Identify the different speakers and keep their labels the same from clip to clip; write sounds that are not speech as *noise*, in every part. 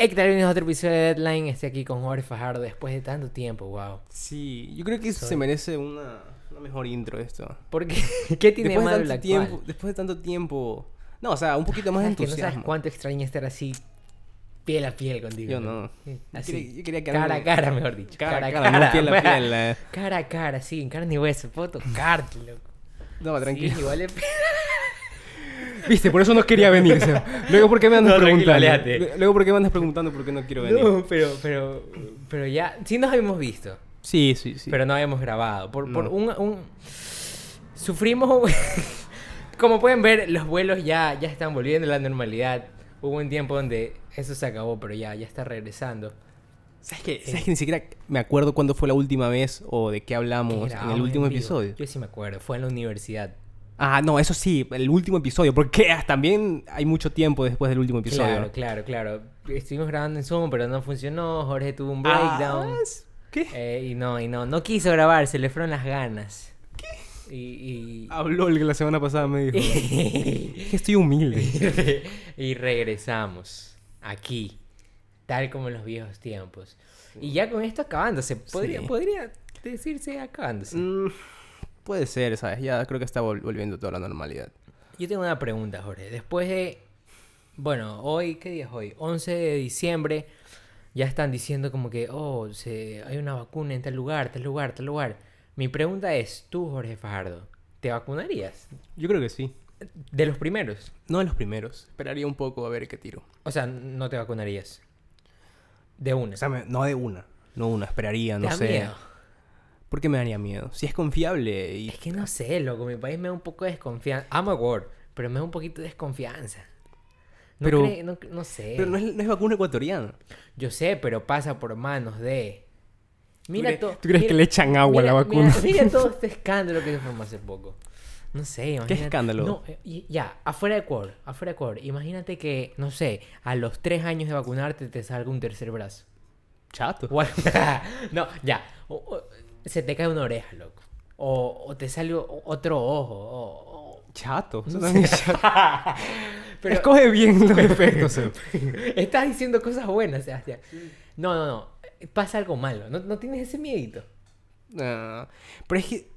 Speaker 1: Héctor, bienvenidos a otro episodio de Deadline. Estoy aquí con Jorge Fajardo después de tanto tiempo, wow.
Speaker 2: Sí, yo creo que
Speaker 1: Soy-
Speaker 2: se merece una, una mejor intro esto.
Speaker 1: ¿Por qué? *laughs* ¿Qué tiene
Speaker 2: Después de,
Speaker 1: malo
Speaker 2: tanto
Speaker 1: la actual?
Speaker 2: tiempo, después de tanto tiempo... No, o sea, un poquito más de
Speaker 1: ¿Sabes que no sabes
Speaker 2: entusiasmo.
Speaker 1: cuánto extraña estar así piel a piel contigo.
Speaker 2: yo no.
Speaker 1: Sí,
Speaker 2: Yo
Speaker 1: Así.
Speaker 2: quería- yo quería quedarme-
Speaker 1: cara a cara, mejor dicho.
Speaker 2: Cara a cara, no piel a
Speaker 1: ajá.
Speaker 2: piel, eh.
Speaker 1: *laughs* Cara a cara, sí, en carne y hueso. Puedo tocarte, loco.
Speaker 2: No, tranquilo. *laughs*
Speaker 1: Sí, igual es...
Speaker 2: Viste, por eso no quería venir. Seba. Luego, ¿por qué me andas
Speaker 1: No, tranquilo,
Speaker 2: preguntando?
Speaker 1: aléjate.
Speaker 2: Luego, ¿por qué me andas preguntando por qué no quiero venir?
Speaker 1: No, pero, pero, pero ya. Sí, nos habíamos visto,
Speaker 2: Sí, sí, sí.
Speaker 1: pero no habíamos grabado. Por, por
Speaker 2: No.
Speaker 1: un, un- Sufrimos. *laughs* Como pueden ver, los vuelos ya, ya están volviendo a la normalidad. Hubo un tiempo donde eso se acabó, pero ya, ya está regresando.
Speaker 2: ¿Sabes que, ¿Sabes que ni siquiera me acuerdo cuándo fue la última vez o de qué hablamos en
Speaker 1: Grabamos
Speaker 2: el último
Speaker 1: vivo.
Speaker 2: episodio?
Speaker 1: Yo sí me acuerdo, fue en la universidad.
Speaker 2: Ah, no, eso sí, el último episodio, porque ah, también hay mucho tiempo después del último
Speaker 1: Claro,
Speaker 2: episodio.
Speaker 1: claro, claro. Estuvimos grabando en Zoom, pero no funcionó. Jorge tuvo un
Speaker 2: Ah,
Speaker 1: breakdown.
Speaker 2: ¿Qué?
Speaker 1: Eh, y no, y no, no quiso grabar, se le fueron las ganas. ¿Qué? Y, y-
Speaker 2: Habló el que la semana pasada me
Speaker 1: *laughs*
Speaker 2: dijo. *laughs* que estoy humilde.
Speaker 1: y regresamos aquí, tal como en los viejos tiempos. Y ya con esto acabándose, podría,
Speaker 2: Sí.
Speaker 1: podría decirse acabándose.
Speaker 2: Mm, puede ser, ¿sabes? Ya creo que está vol- volviendo toda la normalidad.
Speaker 1: Yo tengo una pregunta, Jorge. Después de, bueno, hoy, ¿qué día es hoy? 11 de diciembre, ya están diciendo como que, oh, se, hay una vacuna en tal lugar, tal lugar, tal lugar. Mi pregunta es, tú, Jorge Fajardo, ¿te vacunarías?
Speaker 2: Yo creo que sí.
Speaker 1: De los primeros.
Speaker 2: No en los primeros. Esperaría un poco a ver qué tiro.
Speaker 1: O sea, no te vacunarías. De una.
Speaker 2: O sea, me- no de una. No una, esperaría,
Speaker 1: ¿Te
Speaker 2: no
Speaker 1: da
Speaker 2: sé.
Speaker 1: miedo?
Speaker 2: ¿Por qué me daría miedo? Si es confiable y...
Speaker 1: Es que no sé, loco. Mi país me da un poco de desconfianza. Amo a Word, pero me da un poquito de desconfianza. No,
Speaker 2: Pero-
Speaker 1: cree- no, no sé.
Speaker 2: Pero no es, no es vacuna ecuatoriana.
Speaker 1: Yo sé, pero pasa por manos de. Mira
Speaker 2: crees-
Speaker 1: todo.
Speaker 2: tú crees que le echan agua a la vacuna?
Speaker 1: Mira,
Speaker 2: *laughs*
Speaker 1: todo este escándalo que se formó hace poco. No sé, imagínate.
Speaker 2: escándalo?
Speaker 1: No, eh, y- ya, afuera de Word, afuera de Word. Imagínate que, no sé, a los tres años de vacunarte te salga un tercer brazo. *laughs*
Speaker 2: Chato.
Speaker 1: O algo- *laughs* no, ya. O- o- se te cae una oreja, loco. O, o te sale o- otro ojo. o- o-
Speaker 2: Chato.
Speaker 1: no
Speaker 2: Eso también
Speaker 1: sé.
Speaker 2: es chato.
Speaker 1: *laughs* Pero
Speaker 2: Escoge bien los
Speaker 1: *laughs*
Speaker 2: efectos. Seb. *laughs*
Speaker 1: estás diciendo cosas buenas, Sebastián. No, no, no. Pasa algo malo. No, no tienes ese miedito.
Speaker 2: Ah, pero es que...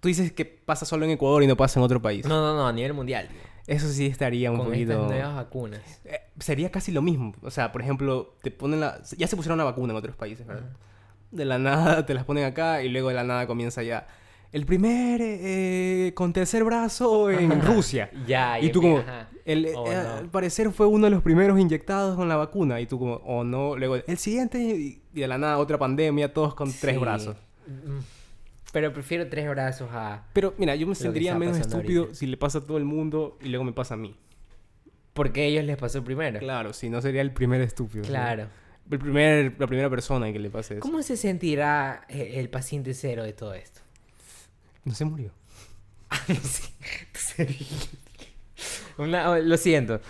Speaker 2: Tú dices que pasa solo en Ecuador y no pasa en otro país.
Speaker 1: No, no, no. A nivel mundial.
Speaker 2: Eso sí estaría un
Speaker 1: con
Speaker 2: poquito...
Speaker 1: estas nuevas vacunas.
Speaker 2: Eh, sería casi lo mismo. O sea, por ejemplo, te ponen la... Ya se pusieron una vacuna en otros países, ¿verdad? De la nada *laughs* te las ponen acá y luego de la nada comienza ya. El primer eh, eh, con tercer brazo en
Speaker 1: Ajá.
Speaker 2: Rusia.
Speaker 1: Ya,
Speaker 2: Y tú como,
Speaker 1: empieza, ajá.
Speaker 2: el, eh,
Speaker 1: Oh,
Speaker 2: eh,
Speaker 1: no.
Speaker 2: al parecer fue uno de los primeros inyectados con la vacuna. Y tú como, oh no, luego el siguiente y y de la nada otra pandemia, todos con tres
Speaker 1: Sí.
Speaker 2: brazos.
Speaker 1: Mm. Pero prefiero tres brazos a...
Speaker 2: Pero mira, yo me
Speaker 1: que
Speaker 2: sentiría
Speaker 1: está
Speaker 2: menos
Speaker 1: pasando
Speaker 2: estúpido
Speaker 1: ahorita.
Speaker 2: si le pasa a todo el mundo y luego me pasa a mí.
Speaker 1: Porque a ellos les pasó primero.
Speaker 2: Claro, si no sería el primer estúpido. ¿no?
Speaker 1: Claro.
Speaker 2: El primer, la primera persona que le pase eso.
Speaker 1: ¿Cómo se sentirá el- el paciente cero de todo esto?
Speaker 2: No se murió.
Speaker 1: *laughs* Una- oh, lo siento.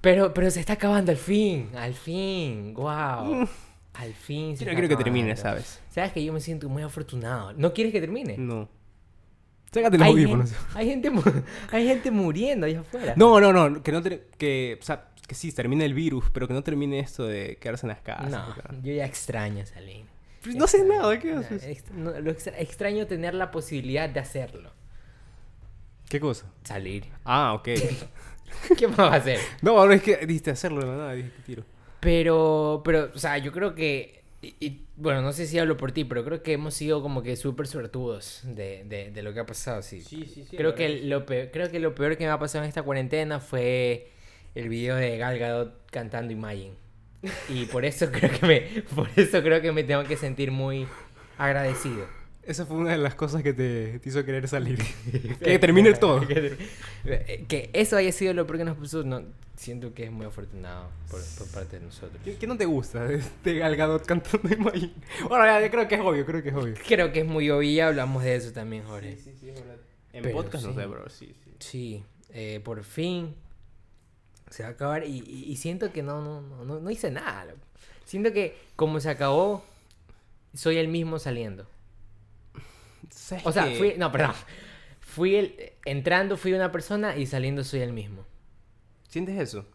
Speaker 1: Pero, pero se está acabando al fin. Al fin. Wow. Al fin. se
Speaker 2: Yo no
Speaker 1: está
Speaker 2: Mm. quiero que termine,
Speaker 1: acabando.
Speaker 2: ¿sabes?
Speaker 1: Sabes que yo me siento muy afortunado. ¿No quieres que termine?
Speaker 2: Mm. No. Sácate los
Speaker 1: hay,
Speaker 2: audífonos.
Speaker 1: gente, hay, gente, mu- hay gente muriendo allá afuera.
Speaker 2: No, no, no. Que no ter- que, o sea, que sí, termine el virus, pero que no termine esto de quedarse en las casas.
Speaker 1: No,
Speaker 2: o sea.
Speaker 1: yo ya extraño salir.
Speaker 2: Pues no eh. haces
Speaker 1: Extraño,
Speaker 2: nada, ¿qué
Speaker 1: no,
Speaker 2: haces?
Speaker 1: ex- no, lo extra- extraño tener la posibilidad de hacerlo.
Speaker 2: ¿Qué cosa?
Speaker 1: Salir. *laughs*
Speaker 2: Ah, *laughs* ok.
Speaker 1: ¿Qué más va a hacer?
Speaker 2: no, ahora es que dijiste hacerlo de la nada, dije que tiro.
Speaker 1: Pero, pero, o sea, yo creo que, y- y, bueno, no sé si hablo por ti, pero creo que hemos sido como que súper suertudos de, de, de lo que ha pasado, sí.
Speaker 2: sí,
Speaker 1: creo, que lo peor, creo que lo peor que me ha pasado en esta cuarentena fue el video de Gal Gadot cantando Imagine. Y por eso creo que me, por eso creo que me tengo que sentir muy agradecido.
Speaker 2: Esa fue una de las cosas que te, te hizo querer *laughs* salir. que termine
Speaker 1: *laughs*
Speaker 2: *laughs* todo.
Speaker 1: Que, eh, que eso haya sido lo peor que nos puso, no, siento que es muy afortunado por, por parte de nosotros.
Speaker 2: ¿Qué, qué no te gusta *laughs* de este galgadot cantando Imagine? Bueno, ya, ya creo que es obvio, creo que es obvio.
Speaker 1: Creo que es muy obvio y hablamos de eso también, Jorge. Sí,
Speaker 2: sí, es verdad. En
Speaker 1: Pero
Speaker 2: podcast no
Speaker 1: sí.
Speaker 2: sé, bro, sí, sí.
Speaker 1: eh, por fin se va a acabar y, y- y siento que no, no, no, no- no hice nada. loco. Siento que como se acabó, soy el mismo saliendo.
Speaker 2: ¿Sabes *laughs*
Speaker 1: O sea,
Speaker 2: qué?
Speaker 1: fui, no, perdón. Fui el, entrando fui una persona y saliendo soy el mismo.
Speaker 2: ¿Sientes eso?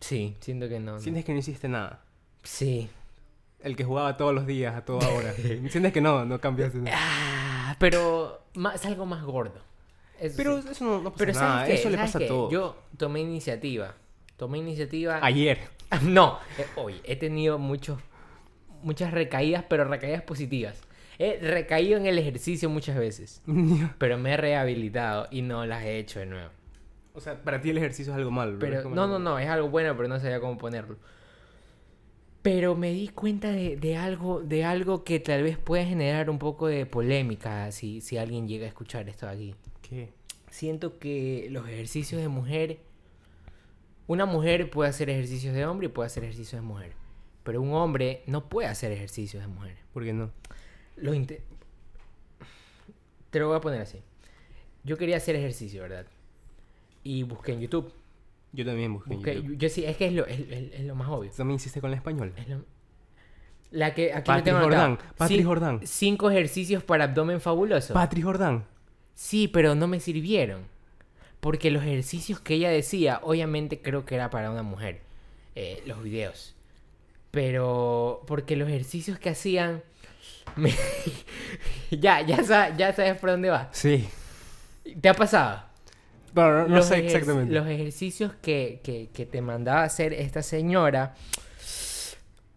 Speaker 1: Sí, siento que no. no.
Speaker 2: Sientes que no hiciste nada.
Speaker 1: Sí.
Speaker 2: El que jugaba todos los días, a toda *laughs* hora. Sientes que no, no cambiaste nada.
Speaker 1: Ah, pero ma- es algo más gordo. Eso
Speaker 2: Pero
Speaker 1: sí.
Speaker 2: eso no, no pasa
Speaker 1: Pero
Speaker 2: nada.
Speaker 1: ¿sabes qué?
Speaker 2: Eso le
Speaker 1: ¿Sabes
Speaker 2: pasa
Speaker 1: qué?
Speaker 2: a todos.
Speaker 1: Yo tomé iniciativa. Tomé iniciativa. *laughs*
Speaker 2: Ayer.
Speaker 1: No, eh, oye, he tenido muchos, muchas recaídas, pero recaídas positivas. He recaído en el ejercicio muchas veces, pero me he rehabilitado y no las he hecho de nuevo.
Speaker 2: o sea, para ti el ejercicio es algo malo.
Speaker 1: Pero, no, no, no, es algo bueno, pero no sabía cómo ponerlo. Pero me di cuenta de, de algo, de algo que tal vez pueda generar un poco de polémica si, si alguien llega a escuchar esto de aquí.
Speaker 2: ¿Qué?
Speaker 1: Siento que los ejercicios de mujer. Una mujer puede hacer ejercicios de hombre y puede hacer ejercicios de mujer. Pero un hombre no puede hacer ejercicios de mujer.
Speaker 2: ¿Por qué no?
Speaker 1: Lo inte- Te lo voy a poner así. Yo quería hacer ejercicio, ¿verdad? Y busqué en YouTube.
Speaker 2: Yo también busqué. en
Speaker 1: Busqué-
Speaker 2: YouTube.
Speaker 1: Yo sí, es que es lo, es- es- es lo más obvio.
Speaker 2: ¿Tú también hiciste con la española?
Speaker 1: Es lo- La que aquí
Speaker 2: Patrick
Speaker 1: lo tengo anotado.
Speaker 2: Jordán, Patrick
Speaker 1: Cin-
Speaker 2: Jordán.
Speaker 1: Cinco ejercicios para abdomen fabuloso.
Speaker 2: Patrick Jordán.
Speaker 1: Sí, pero no me sirvieron. Porque los ejercicios que ella decía, obviamente creo que era para una mujer. eh, los videos. Pero porque los ejercicios que hacían... me- *laughs* ya, ya, sa- ya sabes por dónde va.
Speaker 2: Sí.
Speaker 1: ¿Te ha pasado?
Speaker 2: Bueno, no, no
Speaker 1: Los
Speaker 2: sé
Speaker 1: ejer-
Speaker 2: exactamente.
Speaker 1: Los ejercicios que, que- que te mandaba hacer esta señora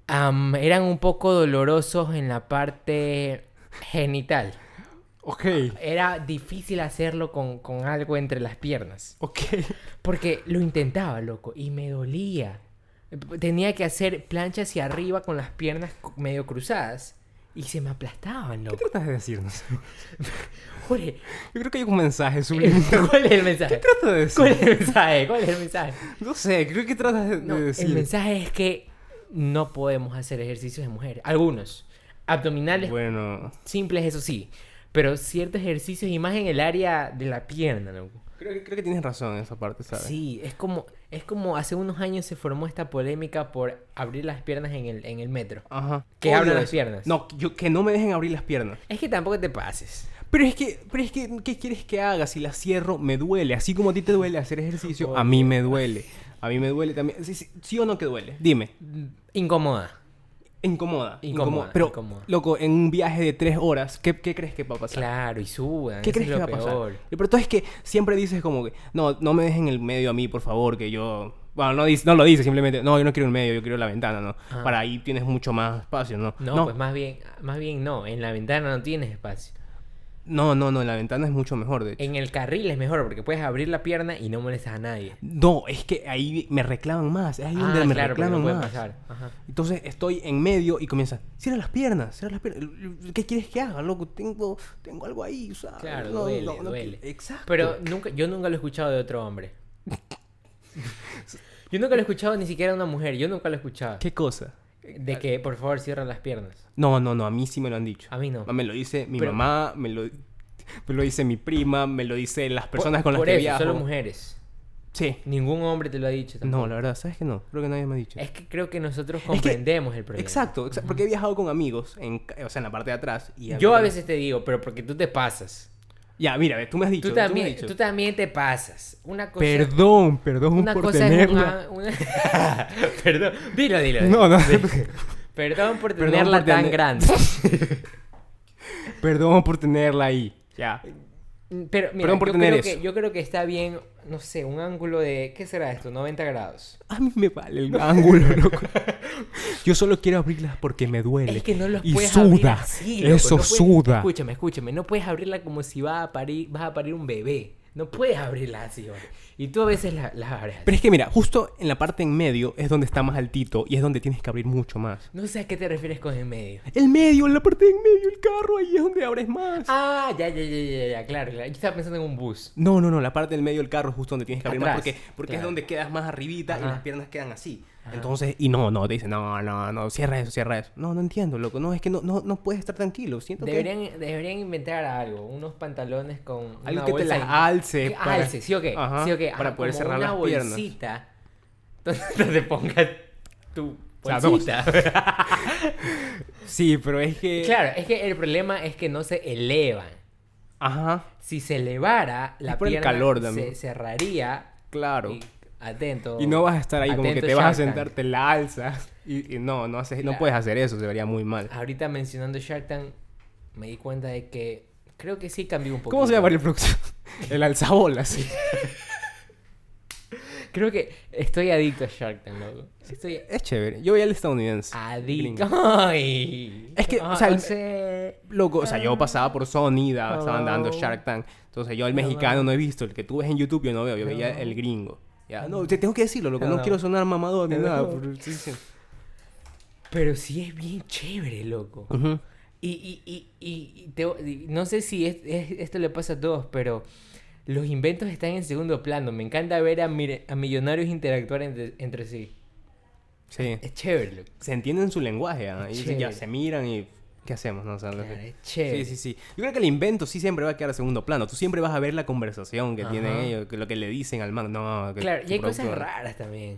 Speaker 1: am, eran un poco dolorosos en la parte genital.
Speaker 2: Ok.
Speaker 1: Era difícil hacerlo con, con algo entre las piernas.
Speaker 2: Ok.
Speaker 1: *laughs* Porque lo intentaba, loco, y me dolía. Tenía que hacer plancha hacia arriba con las piernas cu- medio cruzadas y se me aplastaban,
Speaker 2: ¿Qué
Speaker 1: loco.
Speaker 2: tratas de decirnos?
Speaker 1: Jorge,
Speaker 2: Yo creo que hay un mensaje
Speaker 1: *laughs*
Speaker 2: subliminal.
Speaker 1: ¿cuál es el mensaje?
Speaker 2: tratas de
Speaker 1: ¿Cuál
Speaker 2: decir?
Speaker 1: es el mensaje? ¿Cuál es el mensaje?
Speaker 2: No sé, creo que tratas de, de
Speaker 1: No,
Speaker 2: decir.
Speaker 1: el mensaje es que no podemos hacer ejercicios de mujer. Algunos. Abdominales
Speaker 2: Bueno,
Speaker 1: simples, eso sí. Pero ciertos ejercicios y más en el área de la pierna, loco.
Speaker 2: creo que, creo que tienes razón en esa parte, ¿sabes?
Speaker 1: Sí, es como, es como hace unos años se formó esta polémica por abrir las piernas en el, en el metro.
Speaker 2: Ajá.
Speaker 1: Que
Speaker 2: Odio
Speaker 1: abran las
Speaker 2: eso.
Speaker 1: piernas.
Speaker 2: No, yo, que no me dejen abrir las piernas.
Speaker 1: Es que tampoco te pases.
Speaker 2: Pero es que, pero es que, ¿qué quieres que haga? Si la cierro, me duele. Así como a ti te duele hacer ejercicio, a mí me duele. A mí me duele también. Sí, sí, sí o no que duele? Dime.
Speaker 1: Incomoda.
Speaker 2: Incomoda.
Speaker 1: Incomoda,
Speaker 2: Pero,
Speaker 1: incomoda.
Speaker 2: loco, en un viaje de tres horas, ¿qué, qué crees que va a pasar?
Speaker 1: Claro, y sudan.
Speaker 2: ¿Qué
Speaker 1: eso
Speaker 2: crees
Speaker 1: es
Speaker 2: que va
Speaker 1: lo
Speaker 2: a pasar?
Speaker 1: peor.
Speaker 2: Lo peor todo es que siempre dices como que, no, no me dejen el medio a mí, por favor, que yo... Bueno, no, dice- no lo dices, simplemente, no, yo no quiero el medio, yo quiero la ventana, ¿no?
Speaker 1: Ah.
Speaker 2: Para ahí tienes mucho más espacio, ¿no?
Speaker 1: No, pues más bien, más bien no. En la ventana no tienes espacio.
Speaker 2: no, no, no, la ventana es mucho mejor, de hecho.
Speaker 1: En el carril es mejor porque puedes abrir la pierna y no molestas a nadie.
Speaker 2: No, es que ahí me reclaman más, es ahí donde
Speaker 1: Ah,
Speaker 2: me
Speaker 1: claro, porque no
Speaker 2: reclaman
Speaker 1: puede
Speaker 2: más.
Speaker 1: pasar. Ajá.
Speaker 2: Entonces estoy en medio y comienza, cierra las piernas, cierra las piernas. ¿Qué quieres que haga, loco? Tengo, tengo algo ahí, ¿sabes?
Speaker 1: Claro, duele, duele.
Speaker 2: Exacto.
Speaker 1: Pero nunca, yo nunca lo he escuchado de otro
Speaker 2: *laughs*
Speaker 1: hombre. Yo nunca lo he escuchado ni siquiera de una mujer. Yo nunca lo he escuchado.
Speaker 2: ¿Qué cosa?
Speaker 1: De que, por favor, cierran las piernas.
Speaker 2: No, no, no, a mí sí me lo han dicho.
Speaker 1: A mí no.
Speaker 2: Me lo dice mi
Speaker 1: Pero-
Speaker 2: mamá, me lo, me lo dice mi prima, me lo dice las personas
Speaker 1: Por-
Speaker 2: con las
Speaker 1: por
Speaker 2: que
Speaker 1: eso,
Speaker 2: viajo.
Speaker 1: solo mujeres.
Speaker 2: Sí.
Speaker 1: Ningún hombre te lo ha dicho.
Speaker 2: No,
Speaker 1: tampoco.
Speaker 2: la verdad, ¿sabes que no? Creo que nadie me ha dicho.
Speaker 1: Es que creo que nosotros comprendemos el problema.
Speaker 2: Exacto, exacto, porque he viajado con amigos, en, ca- o sea, en la parte de atrás. Y
Speaker 1: Yo
Speaker 2: mí-
Speaker 1: a veces te digo, pero porque tú te pasas.
Speaker 2: Ya, mira, ve, tú me has dicho.
Speaker 1: Tú
Speaker 2: tú me has
Speaker 1: también,
Speaker 2: dicho.
Speaker 1: tú también te pasas. Una cosa,
Speaker 2: Perdón, perdón
Speaker 1: una
Speaker 2: por
Speaker 1: cosa es
Speaker 2: tenerla.
Speaker 1: una, una- *laughs* Perdón, dilo, dilo. dilo.
Speaker 2: No, no.
Speaker 1: Perdón por
Speaker 2: Perdón
Speaker 1: tenerla
Speaker 2: por
Speaker 1: tan
Speaker 2: tener-
Speaker 1: grande.
Speaker 2: Perdón por tenerla ahí. Ya.
Speaker 1: Pero mira,
Speaker 2: Perdón por
Speaker 1: yo,
Speaker 2: tener
Speaker 1: creo
Speaker 2: eso.
Speaker 1: Que, yo creo que está bien, no sé, un ángulo de, ¿qué será esto? 90 grados.
Speaker 2: A mí me vale el ángulo, loco.
Speaker 1: *laughs*
Speaker 2: Yo solo quiero abrirlas porque me duele.
Speaker 1: Es que no los
Speaker 2: y
Speaker 1: puedes
Speaker 2: suda.
Speaker 1: abrir así, loco,
Speaker 2: Eso
Speaker 1: no puedes-
Speaker 2: suda.
Speaker 1: Escúchame, escúchame, no puedes abrirla como si va a parir, vas a parir un bebé. No puedes abrirla así, güey. Y tú a veces la- las abres así.
Speaker 2: Pero es que mira, justo en la parte en medio es donde está más altito y es donde tienes que abrir mucho más.
Speaker 1: No sé a qué te refieres con el medio.
Speaker 2: El medio, en la parte en medio, el carro, ahí es donde abres más.
Speaker 1: Ah, ya, ya, ya, ya, ya, claro, claro. Yo estaba pensando en un bus.
Speaker 2: No, no, no, la parte del medio del carro es justo donde tienes que abrir
Speaker 1: Atrás,
Speaker 2: más porque, porque es
Speaker 1: claro.
Speaker 2: donde quedas más arribita y
Speaker 1: Ajá.
Speaker 2: las piernas quedan así. Entonces, y no, no, te dicen, no, no, no, cierra eso, cierra eso. No, no entiendo, loco, no, es que no, no, no puedes estar tranquilo, siento que...
Speaker 1: Deberían, deberían inventar algo, unos pantalones con una
Speaker 2: Algo que te
Speaker 1: bolsa
Speaker 2: las
Speaker 1: y-
Speaker 2: alce
Speaker 1: Que
Speaker 2: para-
Speaker 1: alce, sí o qué,
Speaker 2: Ajá,
Speaker 1: sí o qué.
Speaker 2: para
Speaker 1: Ajá,
Speaker 2: poder
Speaker 1: como
Speaker 2: cerrar
Speaker 1: una
Speaker 2: las piernas.
Speaker 1: bolsita *laughs* donde pongas tu
Speaker 2: O sea, dos.
Speaker 1: bolsita.
Speaker 2: *laughs* Sí, pero es que...
Speaker 1: claro, es que el problema es que no se elevan.
Speaker 2: Ajá,
Speaker 1: Si se elevara, la
Speaker 2: por el
Speaker 1: pierna
Speaker 2: calor
Speaker 1: se
Speaker 2: también.
Speaker 1: cerraría
Speaker 2: claro.
Speaker 1: y Atento.
Speaker 2: Y no vas a estar ahí como que
Speaker 1: Atento
Speaker 2: te vas a
Speaker 1: Shark Tank.
Speaker 2: sentar, te la alzas. Y, y no, no, haces, no
Speaker 1: Claro. Ah,
Speaker 2: puedes hacer eso, se vería muy mal.
Speaker 1: Ahorita mencionando Shark Tank, me di cuenta de que creo que sí cambió un poco.
Speaker 2: ¿Cómo se llama el próximo? *laughs* El alzabolas. sí.
Speaker 1: Creo que estoy adicto a Shark Tank, loco. Estoy
Speaker 2: Es chévere. Yo veía el estadounidense.
Speaker 1: adicto.
Speaker 2: Gringo.
Speaker 1: Ay.
Speaker 2: Es que, o
Speaker 1: Ah,
Speaker 2: sea, el-
Speaker 1: once-
Speaker 2: Loco, o sea, yo pasaba por Sony,
Speaker 1: Ah.
Speaker 2: daba- estaban dando
Speaker 1: Hello.
Speaker 2: Shark Tank. Entonces yo el
Speaker 1: Hello.
Speaker 2: mexicano no he visto, el que tú ves en YouTube yo no veo, yo veía
Speaker 1: Hello.
Speaker 2: el gringo. Ya, no, te tengo que decirlo, loco, no
Speaker 1: Hello.
Speaker 2: quiero sonar mamador ni
Speaker 1: Hello.
Speaker 2: nada. pero sí, sí.
Speaker 1: Pero sí es bien chévere, loco.
Speaker 2: Ujú.
Speaker 1: Y, y, y, y- y te- y no sé si es- es- esto le pasa a todos, pero los inventos están en segundo plano. Me encanta ver a, mire- a millonarios interactuar entre, entre sí.
Speaker 2: Sí.
Speaker 1: Es chévere, loco.
Speaker 2: Se entienden su lenguaje, ¿ah? y dicen, ya
Speaker 1: Chévere.
Speaker 2: se miran y... ¿Qué hacemos? No, O sea, no sé.
Speaker 1: Claro, es
Speaker 2: Sí,
Speaker 1: chévere.
Speaker 2: sí, sí. Yo creo que el invento sí siempre va a quedar a segundo plano. Tú siempre vas a ver la conversación que tienen
Speaker 1: Ajá.
Speaker 2: ellos, que lo que le dicen al man. No, que
Speaker 1: Claro,
Speaker 2: tu
Speaker 1: y hay
Speaker 2: producto-
Speaker 1: cosas raras también.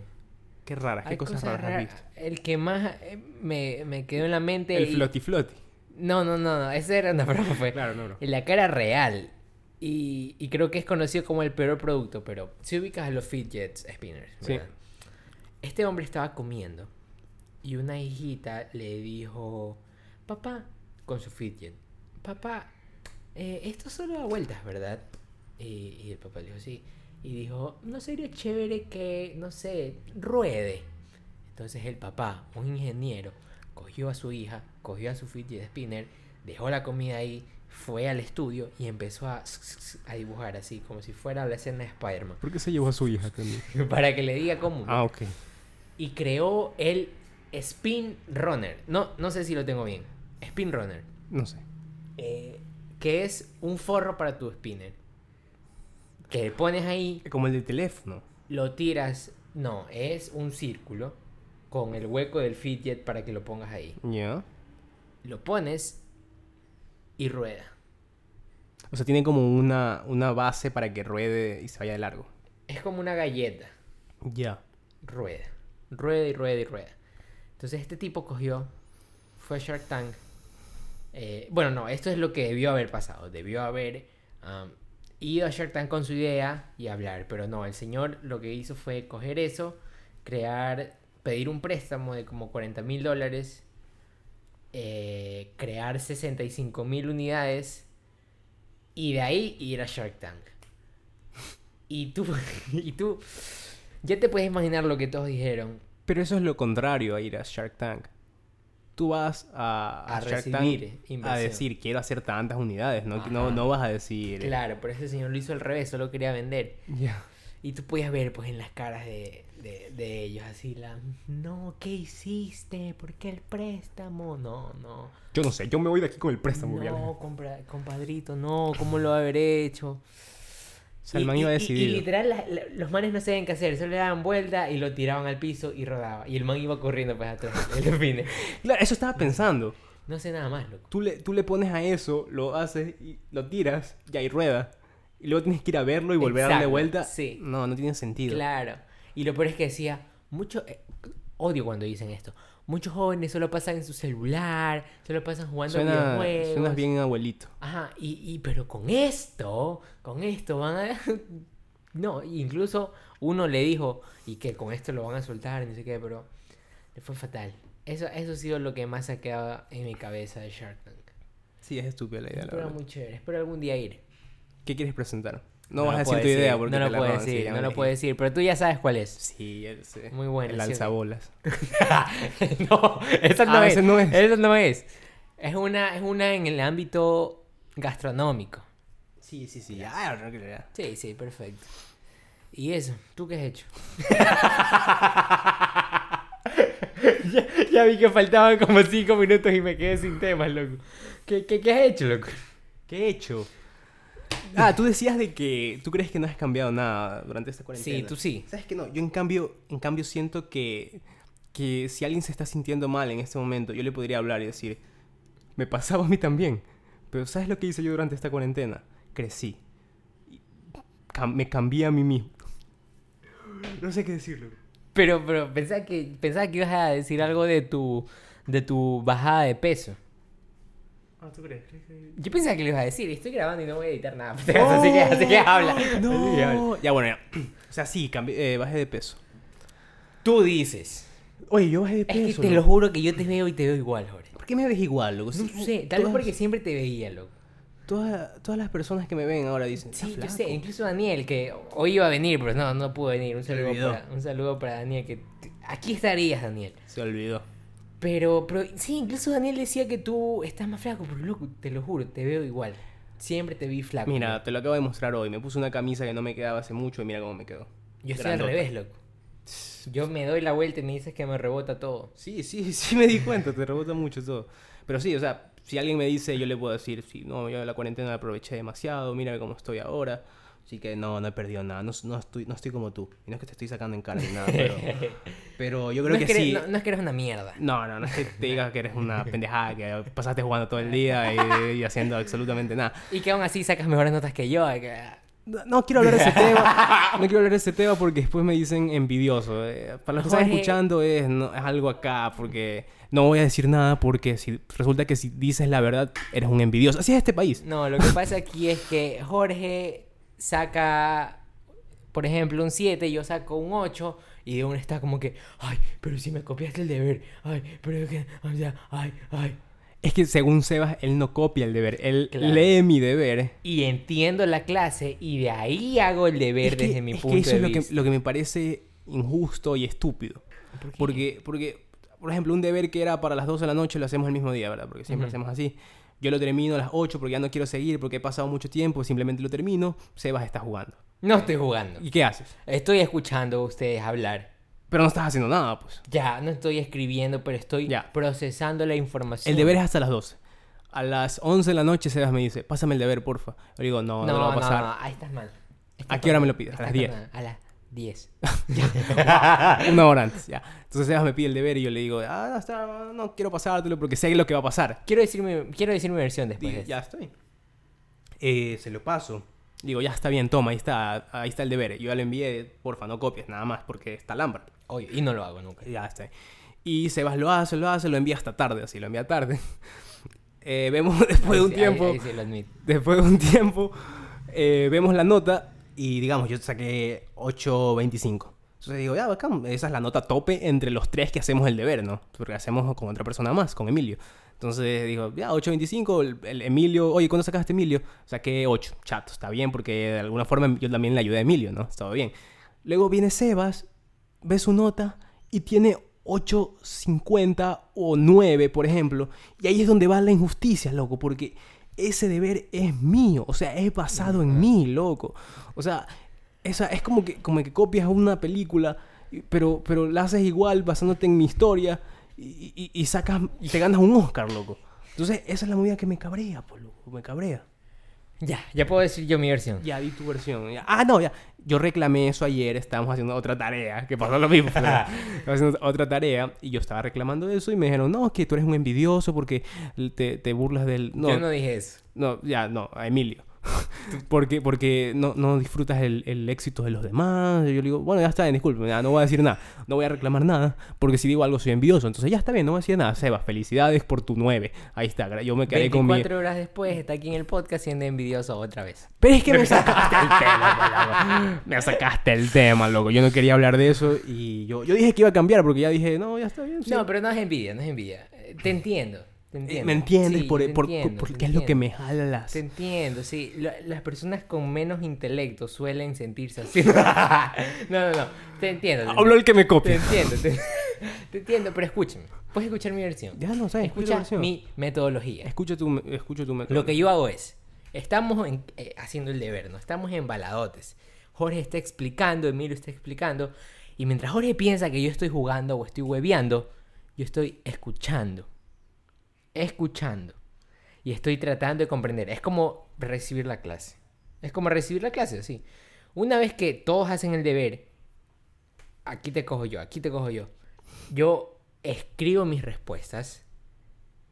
Speaker 2: Qué raras,
Speaker 1: Hay
Speaker 2: qué cosas, raras, has visto.
Speaker 1: El que más eh, me, me quedó en la mente.
Speaker 2: El
Speaker 1: y-
Speaker 2: flotti flotti.
Speaker 1: No, no, no, no, ese era una *laughs* broma. Fue.
Speaker 2: Claro, no, no.
Speaker 1: En la cara real. Y, y creo que es conocido como el peor producto, pero si ubicas a los fidget spinners,
Speaker 2: Sí.
Speaker 1: ¿verdad? Este hombre estaba comiendo y una hijita le dijo, papá, con su fidget, papá, eh, esto solo da vueltas, ¿verdad? Y, y el papá le dijo, sí. Y dijo, ¿no sería chévere que, no sé, ruede? Entonces el papá, un ingeniero, cogió a su hija, cogió a su fidget spinner, dejó la comida ahí, fue al estudio y empezó a, a dibujar así, como si fuera la escena de Spider-Man, *laughs*
Speaker 2: ¿Por qué se llevó a su hija también?
Speaker 1: para que le diga cómo.
Speaker 2: Ah, ok.
Speaker 1: Y creó el Spin Runner. No, no sé si lo tengo bien. Spin Runner.
Speaker 2: No sé.
Speaker 1: eh, que es un forro para tu spinner. Que pones ahí,
Speaker 2: Como el de teléfono.
Speaker 1: lo tiras. No, es un círculo con el hueco del fidget para que lo pongas ahí.
Speaker 2: Ya.
Speaker 1: Lo pones y rueda.
Speaker 2: O sea, tiene como una, una base para que ruede y se vaya de largo.
Speaker 1: Es como una galleta.
Speaker 2: Ya.
Speaker 1: rueda, rueda y rueda y rueda. Entonces este tipo cogió, fue a Shark Tank. eh, bueno, no, esto es lo que debió haber pasado. Debió haber am, ido a Shark Tank con su idea y hablar, pero no, el señor lo que hizo fue coger eso, crear, pedir un préstamo de como 40 mil dólares, eh, crear 65 mil unidades y de ahí ir a Shark Tank. Y tú, *laughs* y tú, ya te puedes imaginar lo que todos dijeron.
Speaker 2: Pero eso es lo contrario a ir a Shark Tank. Tú vas a,
Speaker 1: A
Speaker 2: Shark
Speaker 1: recibir
Speaker 2: Tank a
Speaker 1: inversión.
Speaker 2: decir, quiero hacer tantas unidades. No, no,
Speaker 1: Ajá.
Speaker 2: no vas a decir... eh,
Speaker 1: Claro, pero ese señor lo hizo al revés, solo quería vender.
Speaker 2: Ya.
Speaker 1: Y tú podías ver pues en las caras de, de- de ellos así la... No, ¿qué hiciste? ¿Por qué el préstamo? No, no.
Speaker 2: Yo no sé, yo me voy de aquí con el préstamo. bien.
Speaker 1: No, compra- compadrito, no, ¿cómo lo va a haber hecho?
Speaker 2: Salman
Speaker 1: Y-
Speaker 2: iba
Speaker 1: y- y-
Speaker 2: decidido.
Speaker 1: Y, literal, la- la- los manes no sabían qué hacer, solo le daban vuelta y lo tiraban al piso y rodaba. Y el man iba corriendo pues atrás, *laughs* el spinner.
Speaker 2: Claro, eso estaba pensando.
Speaker 1: No sé nada más, loco.
Speaker 2: Tú le, tú le pones a eso, lo haces, y lo tiras, y ahí rueda. Y luego tienes que ir a verlo y volver a darle
Speaker 1: Exacto,
Speaker 2: vuelta.
Speaker 1: sí.
Speaker 2: No, no tiene sentido.
Speaker 1: Claro. Y lo peor es que decía, mucho, eh, odio cuando dicen esto. Muchos jóvenes solo pasan en su celular, solo pasan jugando
Speaker 2: Suena,
Speaker 1: videojuegos.
Speaker 2: suenas bien abuelito.
Speaker 1: Ajá, y, y- pero con esto, con esto van a... *laughs* No, incluso uno le dijo, y que con esto lo van a soltar, no sé qué, pero le fue fatal. Eso, eso ha sido lo que más ha quedado en mi cabeza de Shark Tank.
Speaker 2: Sí, es estúpida la idea, la
Speaker 1: Pero
Speaker 2: verdad.
Speaker 1: muy chévere, espero algún día ir.
Speaker 2: ¿Qué quieres presentar? No,
Speaker 1: lo
Speaker 2: vas a decir
Speaker 1: puedo
Speaker 2: tu idea porque
Speaker 1: No
Speaker 2: te
Speaker 1: lo
Speaker 2: la
Speaker 1: puedo
Speaker 2: roban, sí,
Speaker 1: decir,
Speaker 2: ya
Speaker 1: no
Speaker 2: me
Speaker 1: lo puedo
Speaker 2: dijiste.
Speaker 1: decir, pero tú ya sabes cuál es.
Speaker 2: Sí, ese.
Speaker 1: Muy buena,
Speaker 2: El
Speaker 1: sí, ok.
Speaker 2: alzabolas.
Speaker 1: *laughs* no, esa no,
Speaker 2: Ah,
Speaker 1: es,
Speaker 2: esa no es.
Speaker 1: Esa no es. Es una, es una en el ámbito gastronómico.
Speaker 2: Sí, sí, sí. Ah, no, que ya.
Speaker 1: Sí, sí, perfecto. Y eso, ¿tú qué has hecho? *laughs* ya, ya vi que faltaban como cinco minutos y me quedé sin temas, loco. ¿Qué, qué, qué has hecho, loco?
Speaker 2: ¿Qué he hecho? *laughs* Ah, tú decías de que tú crees que no has cambiado nada durante esta cuarentena.
Speaker 1: Sí, tú sí.
Speaker 2: ¿Sabes que no? Yo en cambio, en cambio siento que, que si alguien se está sintiendo mal en este momento, yo le podría hablar y decir, me pasaba a mí también. Pero ¿sabes lo que hice yo durante esta cuarentena? Crecí. Y cam- me cambié a mí *laughs* mismo. No sé qué decirlo.
Speaker 1: Pero, pero pensaba que, pensaba que ibas a decir algo de tu, de tu bajada de peso.
Speaker 2: Ah, ¿tú crees? ¿Crees que- Oh,
Speaker 1: Yo pensaba que le ibas a decir, estoy grabando y no voy a editar nada. *laughs* así, que, así que habla. Así que habla.
Speaker 2: No. Ya, bueno, ya. O sea, sí, cambié, eh, bajé de peso.
Speaker 1: Tú dices.
Speaker 2: Oye, yo bajé de peso.
Speaker 1: Es que te
Speaker 2: loco.
Speaker 1: lo juro que yo te veo y te veo igual, Jorge.
Speaker 2: ¿Por qué me ves igual, loco?
Speaker 1: No
Speaker 2: Sí,
Speaker 1: sé, tal vez
Speaker 2: todas-
Speaker 1: porque siempre te veía, loco.
Speaker 2: Todas, todas las personas que me ven ahora dicen, "Está
Speaker 1: Sí, yo
Speaker 2: flaco".
Speaker 1: sé, incluso Daniel, que hoy iba a venir, pero no, no pudo venir. Un
Speaker 2: Se
Speaker 1: saludo,
Speaker 2: olvidó.
Speaker 1: para, un saludo para Daniel, que t- aquí estarías, Daniel.
Speaker 2: Se olvidó.
Speaker 1: Pero, pero sí, incluso Daniel decía que tú estás más flaco, pero loco, te lo juro, te veo igual. Siempre te vi flaco.
Speaker 2: Mira,
Speaker 1: loco.
Speaker 2: te lo acabo de mostrar hoy. Me puse una camisa que no me quedaba hace mucho y mira cómo me quedó.
Speaker 1: yo estoy
Speaker 2: grandota.
Speaker 1: al revés, loco. Yo me doy la vuelta y me dices que me rebota todo.
Speaker 2: Sí, sí, *laughs* sí me di cuenta, te rebota mucho todo. Pero sí, o sea, si alguien me dice, yo le puedo decir, sí, no, yo la cuarentena la aproveché demasiado, mira cómo estoy ahora. Así que no, no he perdido nada, no, no estoy, no estoy como tú. Y no es que te estoy sacando en cara ni nada, *laughs* pero, pero yo creo
Speaker 1: no,
Speaker 2: que,
Speaker 1: es que eres,
Speaker 2: sí.
Speaker 1: no, no es que eres una mierda.
Speaker 2: No, no, no es que te digas que eres una pendejada, que pasaste jugando todo el día y, y haciendo absolutamente nada.
Speaker 1: Y que aún así sacas mejores notas que yo. que-
Speaker 2: No, no quiero hablar de ese tema, *laughs* no quiero hablar de ese tema porque después me dicen envidioso. eh. Para los que están
Speaker 1: Jorge.
Speaker 2: escuchando es, no, es algo acá porque no voy a decir nada porque si resulta que si dices la verdad eres un envidioso. Así es este país.
Speaker 1: No, lo que pasa aquí es que Jorge saca, por ejemplo, un 7, yo saco un 8 y de uno está como que, ay, pero si me copiaste el deber, ay, pero es que, o sea, ay, ay.
Speaker 2: Es que según Sebas, él no copia el deber, él
Speaker 1: Claro.
Speaker 2: lee mi deber.
Speaker 1: Y entiendo la clase y de ahí hago el deber
Speaker 2: Es que-
Speaker 1: desde mi
Speaker 2: es que
Speaker 1: punto
Speaker 2: eso
Speaker 1: de
Speaker 2: es lo
Speaker 1: vista.
Speaker 2: que, lo que me parece injusto y estúpido.
Speaker 1: ¿Por qué?
Speaker 2: Porque, porque, por ejemplo, un deber que era para las 12 de la noche lo hacemos el mismo día, ¿verdad? Porque siempre hacemos así. Yo lo termino a las 8 porque ya no quiero seguir, porque he pasado mucho tiempo, simplemente lo termino, Sebas está jugando.
Speaker 1: No estoy jugando.
Speaker 2: ¿Y qué haces?
Speaker 1: Estoy escuchando a ustedes hablar.
Speaker 2: Pero no estás haciendo nada, pues.
Speaker 1: Ya, no estoy escribiendo, pero estoy
Speaker 2: Ya.
Speaker 1: procesando la información.
Speaker 2: El deber es hasta las 12. A las 11 de la noche Sebas me dice, pásame el deber, porfa. Yo digo, no,
Speaker 1: No,
Speaker 2: no, lo va a
Speaker 1: no,
Speaker 2: pasar.
Speaker 1: no, ahí estás mal.
Speaker 2: ¿A
Speaker 1: Estás
Speaker 2: qué hora
Speaker 1: mal.
Speaker 2: me lo pides? A
Speaker 1: Estás
Speaker 2: las 10.
Speaker 1: mal. A las 10.
Speaker 2: *laughs* Ah, Una hora antes, ya. Entonces Sebas me pide el deber y yo le digo, ah, no, está- no quiero pasártelo porque sé lo que va a pasar.
Speaker 1: Quiero decir mi, quiero decir mi versión después.
Speaker 2: Digo,
Speaker 1: de esto.
Speaker 2: ya estoy. Eh, se lo paso. Digo, ya está bien, toma, ahí está, ahí está el deber. Yo ya lo envié, porfa, no copies, nada más, porque está lámpara.
Speaker 1: Obvio, y no lo hago nunca.
Speaker 2: Ya está. Y Sebas lo hace, lo hace, lo envía hasta tarde, así, lo envía tarde. *laughs* Eh, vemos *laughs* después de
Speaker 1: Ahí
Speaker 2: un
Speaker 1: sí- ahí-
Speaker 2: tiempo,
Speaker 1: ahí sí lo admito.
Speaker 2: después de un *laughs* tiempo, eh, vemos la nota y digamos, yo saqué 8.25. Entonces digo, ya, bacán, esa es la nota tope entre los tres que hacemos el deber, ¿no? Porque hacemos con otra persona más, con Emilio. Entonces digo, ya, 8.25, el, el Emilio, oye, ¿cuándo sacaste Emilio? Saqué 8, chato, está bien, porque de alguna forma yo también le ayudé a Emilio, ¿no? Estaba bien. Luego viene Sebas, ve su nota y tiene 8.50 o 9, por ejemplo. Y ahí es donde va la injusticia, loco, porque ese deber es mío, o sea, es basado en mí, loco. O sea, esa, es como que, como que copias una película, y- pero, pero la haces igual basándote en mi historia y, y- y sacas, y te ganas un Oscar, loco. Entonces, esa es la movida que me cabrea, pues, loco, me cabrea.
Speaker 1: Ya, ya puedo decir yo mi versión.
Speaker 2: Ya di tu versión. ya. Ah, no, ya. Yo reclamé eso ayer, estábamos haciendo otra tarea, que pasó lo mismo. ¿verdad? Estábamos haciendo otra tarea y yo estaba reclamando eso y me dijeron, no, es que tú eres un envidioso porque te, te burlas del... No,
Speaker 1: Yo
Speaker 2: no,
Speaker 1: no dije eso.
Speaker 2: ya, no, a Emilio. porque porque no, no disfrutas el, el éxito de los demás. Y yo le digo, bueno, ya está bien, disculpe, ya, no voy a decir nada, no voy a reclamar nada, porque si digo algo soy envidioso. Entonces ya está bien, no voy a decir nada. Sebas, felicidades por tu 9. Ahí está, yo me quedé con mi...
Speaker 1: 24 horas después está aquí en el podcast siendo envidioso otra vez.
Speaker 2: Pero es que me sacaste el
Speaker 1: *laughs*
Speaker 2: tema, loco. Me sacaste el tema, loco. Yo no quería hablar de eso y yo, yo dije que iba a cambiar porque ya dije, no, ya está bien. sí.
Speaker 1: No, pero no es envidia, no es envidia. Eh, Te entiendo. Te
Speaker 2: Eh,
Speaker 1: entiendo.
Speaker 2: ¿Me entiendes?
Speaker 1: Sí,
Speaker 2: por,
Speaker 1: yo te
Speaker 2: por-
Speaker 1: entiendo,
Speaker 2: porque
Speaker 1: te
Speaker 2: es lo que
Speaker 1: entiendo.
Speaker 2: me jala las...
Speaker 1: Te entiendo, sí. La- las personas con menos intelecto suelen sentirse así. *laughs* no, no, no. Te entiendo. te
Speaker 2: Hablo el que me
Speaker 1: Te
Speaker 2: copia.
Speaker 1: entiendo, te, te entiendo, pero escúchame. Puedes escuchar mi versión.
Speaker 2: Ya no sé, escucha,
Speaker 1: Escucha
Speaker 2: versión.
Speaker 1: mi metodología.
Speaker 2: escucha tu, escucha tu método.
Speaker 1: Lo que yo hago es, estamos en- eh, haciendo el deber, ¿no? Estamos en baladotes. Jorge está explicando, Emilio está explicando, y mientras Jorge piensa que yo estoy jugando o estoy hueveando, yo estoy escuchando. Escuchando. Y estoy tratando de comprender. Es como recibir la clase. Es como recibir la clase, sí. Una vez que todos hacen el deber, aquí te cojo yo, aquí te cojo yo. Yo escribo mis respuestas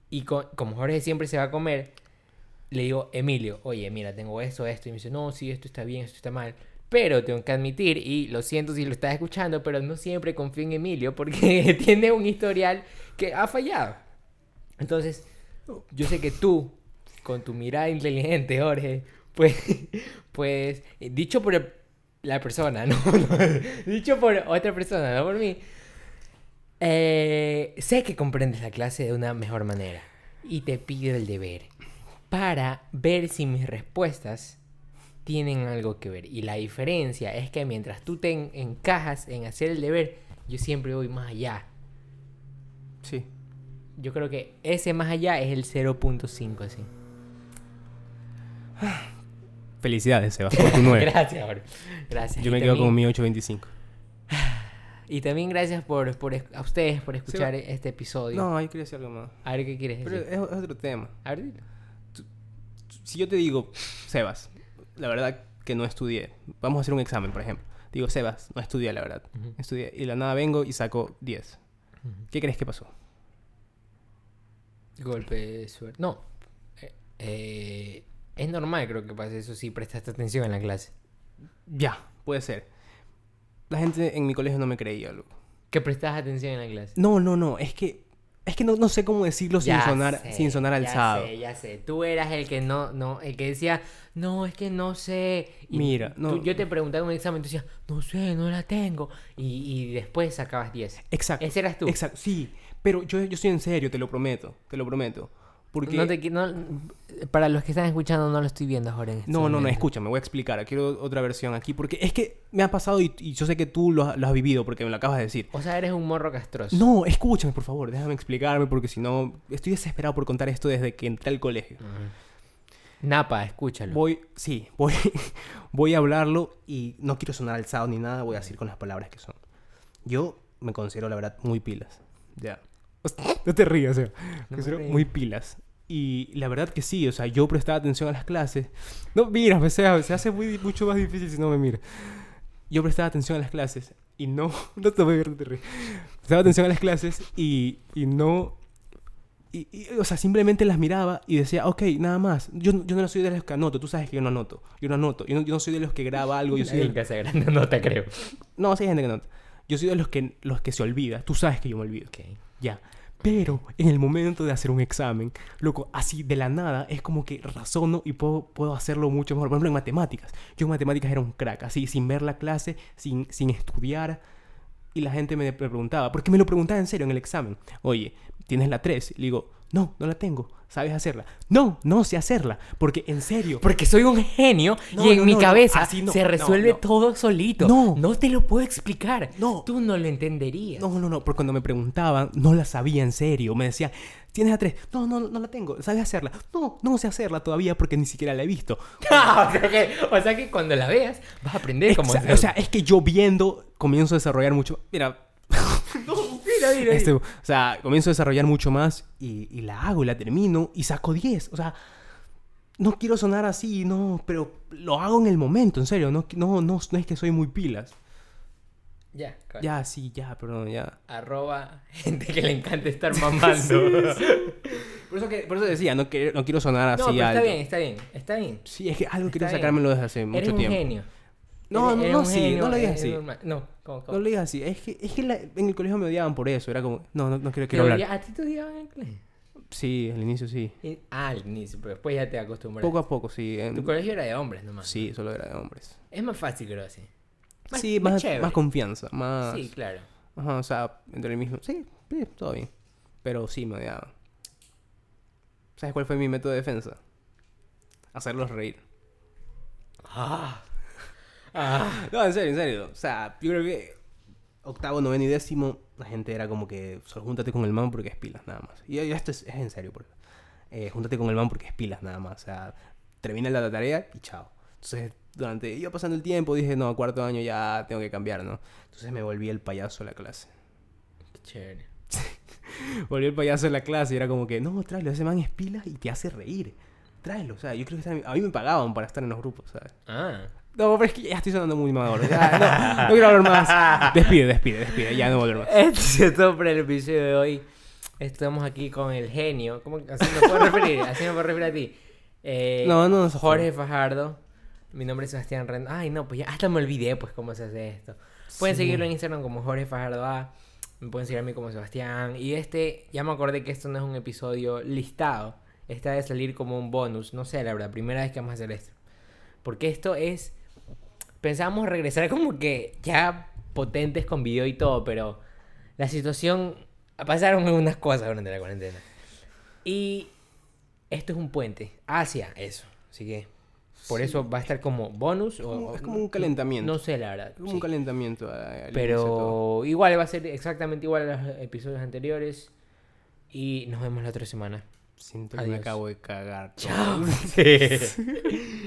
Speaker 1: y co- como Jorge siempre se va a comer, le digo, Emilio, oye, mira, tengo esto, esto. Y me dice, no, sí, esto está bien, esto está mal. Pero tengo que admitir, y lo siento si lo estás escuchando, pero no siempre confío en Emilio porque *laughs* tiene un historial que ha fallado. Entonces, yo sé que tú con tu mirada inteligente, Jorge, pues, *laughs* pues eh, dicho por el- la persona, *laughs* ¿no? dicho por otra persona, no por mí, eh, sé que comprendes la clase de una mejor manera y te pido el deber para ver si mis respuestas tienen algo que ver. Y la diferencia es que mientras tú te en- encajas en hacer el deber, yo siempre voy más allá.
Speaker 2: Sí.
Speaker 1: Yo creo que ese más allá es el 0.5, así.
Speaker 2: Felicidades, Sebas, por tu 9.
Speaker 1: Gracias, Jorge. Gracias.
Speaker 2: Yo
Speaker 1: Y
Speaker 2: me quedo
Speaker 1: también-
Speaker 2: con mi 8.25.
Speaker 1: Y también gracias por, por esc- a ustedes por escuchar este episodio.
Speaker 2: No, yo quería decir algo más.
Speaker 1: A ver qué quieres
Speaker 2: Pero eh,
Speaker 1: decir.
Speaker 2: es, es otro tema.
Speaker 1: A ver, dilo.
Speaker 2: Si yo te digo, Sebas, la verdad que no estudié. Vamos a hacer un examen, por ejemplo. Digo, Sebas, no estudié, la verdad.
Speaker 1: Ujú.
Speaker 2: Estudié. Y de la nada vengo y saco 10.
Speaker 1: Ujú.
Speaker 2: ¿Qué crees que pasó?
Speaker 1: Golpe de suerte. No. Eh, eh, es normal, creo que pase eso si prestaste atención en la clase.
Speaker 2: Ya, puede ser. La gente en mi colegio no me creía, loco.
Speaker 1: Que prestas atención en la clase.
Speaker 2: No, no, no. Es que, es que no, no sé cómo decirlo sin
Speaker 1: Ya
Speaker 2: sonar,
Speaker 1: sé,
Speaker 2: sin sonar alzado.
Speaker 1: Ya sé, ya sé. Tú eras el que no, no, el que decía, no, es que no sé. Y
Speaker 2: Mira, no.
Speaker 1: tú- yo te preguntaba en un examen, tú decías, no sé, no la tengo. Y, y después sacabas 10.
Speaker 2: Exacto.
Speaker 1: Ese eras tú.
Speaker 2: Exacto. Sí, pero yo, yo estoy en serio, te lo prometo. Te lo prometo. Porque.
Speaker 1: No te qui- no- para los que están escuchando, no lo estoy viendo, Jorge. en este
Speaker 2: No, no, no,
Speaker 1: momento.
Speaker 2: escúchame, voy a explicar. Quiero otra versión aquí porque es que me ha pasado y, y yo sé que tú lo, has- lo has vivido porque me lo acabas de decir.
Speaker 1: O sea, eres un morro castroso.
Speaker 2: No, escúchame, por favor, déjame explicarme porque si no, estoy desesperado por contar esto desde que entré al colegio.
Speaker 1: Napa, escúchalo.
Speaker 2: Voy, sí, *laughs* voy, voy a hablarlo y no quiero sonar alzado ni nada, voy a decir con las palabras que son. Yo me considero, la verdad, muy pilas. Ya. O sea, *laughs* No te rías, eh. o sea, me considero
Speaker 1: río.
Speaker 2: muy pilas. Y la verdad que sí, o sea, yo prestaba atención a las clases. No miras, o sea, se hace muy, mucho más difícil si no me miras. Yo prestaba atención a las clases y no. *laughs* No te voy a ver, no te rías. Prestaba atención a las clases y, y no. Y, y, o sea, simplemente las miraba y decía, ok, nada más. Yo, no- yo no soy de los que anoto, tú sabes que yo no anoto. Yo no anoto, yo no, yo no soy de los que graba algo, yo soy
Speaker 1: Nadie
Speaker 2: del
Speaker 1: en casa grande, no te creo.
Speaker 2: no, sí hay gente que no. Yo soy de los que, los que se olvida. Tú sabes que yo me olvido.
Speaker 1: Ok.
Speaker 2: Ya. Pero en el momento de hacer un examen, loco, así de la nada, es como que razono y puedo, puedo hacerlo mucho mejor. Por ejemplo, en matemáticas. Yo en matemáticas era un crack, así, sin ver la clase, sin, sin estudiar. Y la gente me preguntaba, porque me lo preguntaba en serio en el examen. Oye, ¿tienes la 3? Y le digo, no, no la tengo. ¿Sabes hacerla? No, no sé hacerla. Porque en serio.
Speaker 1: Porque soy un genio
Speaker 2: No,
Speaker 1: y en
Speaker 2: no,
Speaker 1: mi
Speaker 2: no, no,
Speaker 1: cabeza
Speaker 2: así no,
Speaker 1: se
Speaker 2: no,
Speaker 1: resuelve
Speaker 2: no.
Speaker 1: todo solito.
Speaker 2: No.
Speaker 1: No te lo puedo explicar.
Speaker 2: No.
Speaker 1: Tú no lo entenderías.
Speaker 2: No, no, no, porque cuando me preguntaban, no la sabía en serio. Me decía, ¿tienes a tres? No, no, no la tengo. ¿Sabes hacerla? No, no sé hacerla todavía porque ni siquiera la he visto.
Speaker 1: *laughs* o, sea que, o sea que cuando la veas, vas a aprender cómo
Speaker 2: Exa-
Speaker 1: hacerlo. *laughs*
Speaker 2: o sea, es que yo viendo comienzo a desarrollar mucho. Mira,
Speaker 1: Mira, mira,
Speaker 2: este,
Speaker 1: mira.
Speaker 2: o sea, comienzo a desarrollar mucho más y, y la hago y la termino y saco 10. O sea, no quiero sonar así, no, pero lo hago en el momento, en serio. No, no, no, no es que soy muy pilas.
Speaker 1: Ya, claro.
Speaker 2: Ya, sí, ya, perdón, ya.
Speaker 1: Arroba gente que le encanta estar
Speaker 2: *laughs*
Speaker 1: mamando.
Speaker 2: Por eso, que, por eso decía, no, que- no quiero sonar así
Speaker 1: No, pero está
Speaker 2: alto.
Speaker 1: bien, está bien, está bien.
Speaker 2: Sí, es que algo
Speaker 1: Está
Speaker 2: quería
Speaker 1: bien.
Speaker 2: sacármelo desde hace mucho
Speaker 1: Eres un
Speaker 2: tiempo.
Speaker 1: genio.
Speaker 2: No,
Speaker 1: Eres-
Speaker 2: no,
Speaker 1: eres
Speaker 2: no,
Speaker 1: un
Speaker 2: sí, no lo digas
Speaker 1: eres
Speaker 2: así.
Speaker 1: normal. No, ¿cómo,
Speaker 2: No
Speaker 1: cómo?
Speaker 2: lo digas así. Es que, es que la- en el colegio me odiaban por eso. Era como, no, no, no quiero,
Speaker 1: Te
Speaker 2: quiero hablar.
Speaker 1: odia- ¿A ti te odiaban en inglés?
Speaker 2: Sí, al inicio sí.
Speaker 1: Y- Ah, al inicio, pero después ya te acostumbras.
Speaker 2: Poco a poco, sí. en-
Speaker 1: Tu colegio era de hombres nomás.
Speaker 2: Sí, solo era de hombres.
Speaker 1: Es más fácil, creo, así. Más-
Speaker 2: sí,
Speaker 1: más
Speaker 2: más,
Speaker 1: chévere.
Speaker 2: más confianza. Más.
Speaker 1: Sí, claro.
Speaker 2: Ajá, o sea, entre el mismo. Sí, sí, todo bien. Pero sí, me odiaban. ¿Sabes cuál fue mi método de defensa? Hacerlos reír.
Speaker 1: Ah. Ah.
Speaker 2: *laughs* No, en serio, en serio. O sea, yo creo que octavo, noveno y décimo, la gente era como que solo júntate con el man porque es pilas, nada más. Y y esto es, es en serio, por eh, Júntate con el man porque es pilas, nada más. O sea, termina la tarea y chao. Entonces, durante, iba pasando el tiempo, dije, no, cuarto año ya tengo que cambiar, ¿no? Entonces me volví el payaso de la clase. *laughs*
Speaker 1: Qué chévere.
Speaker 2: Volví el payaso de la clase y era como que, no, tráelo, ese man es pilas y te hace reír. Tráelo, o sea, yo creo que está- a mí me pagaban para estar en los grupos, ¿sabes?
Speaker 1: Ah.
Speaker 2: No, pero es que ya estoy sonando muy mamador. Ya, no, no quiero hablar *laughs* más. Despide, despide, despide. Ya no voy a hablar más.
Speaker 1: Esto Este *laughs* es todo para el episodio de hoy. Estamos aquí con el genio. ¿Cómo que- así me puedo referir? Así me puedo referir a ti. Eh,
Speaker 2: No, no, no.
Speaker 1: Jorge Fajardo. Mi nombre es Sebastián Ren. Ay, no, pues ya hasta me olvidé, pues, cómo se hace esto. Pueden
Speaker 2: Sí.
Speaker 1: seguirlo en Instagram como Jorge Fajardo A. Me pueden seguir a mí como Sebastián. Y este, ya me acordé que esto no es un episodio listado. Esta debe salir como un bonus. No sé, la verdad, primera vez que vamos a hacer esto. Porque esto es... Pensábamos regresar como que ya potentes con video y todo, pero la situación... Pasaron algunas cosas durante la cuarentena. Y esto es un puente hacia eso. Así que por
Speaker 2: Sí.
Speaker 1: eso va a estar como bonus o...
Speaker 2: Como-
Speaker 1: o-
Speaker 2: es como un calentamiento.
Speaker 1: No sé, la verdad.
Speaker 2: Como
Speaker 1: sí.
Speaker 2: un calentamiento. a- al inicio de todo.
Speaker 1: Pero igual va a ser exactamente igual a los episodios anteriores. Y
Speaker 2: *laughs*
Speaker 1: nos vemos la otra semana.
Speaker 2: Siento que me
Speaker 1: Adiós.
Speaker 2: acabo de cagar. todo.
Speaker 1: Chao.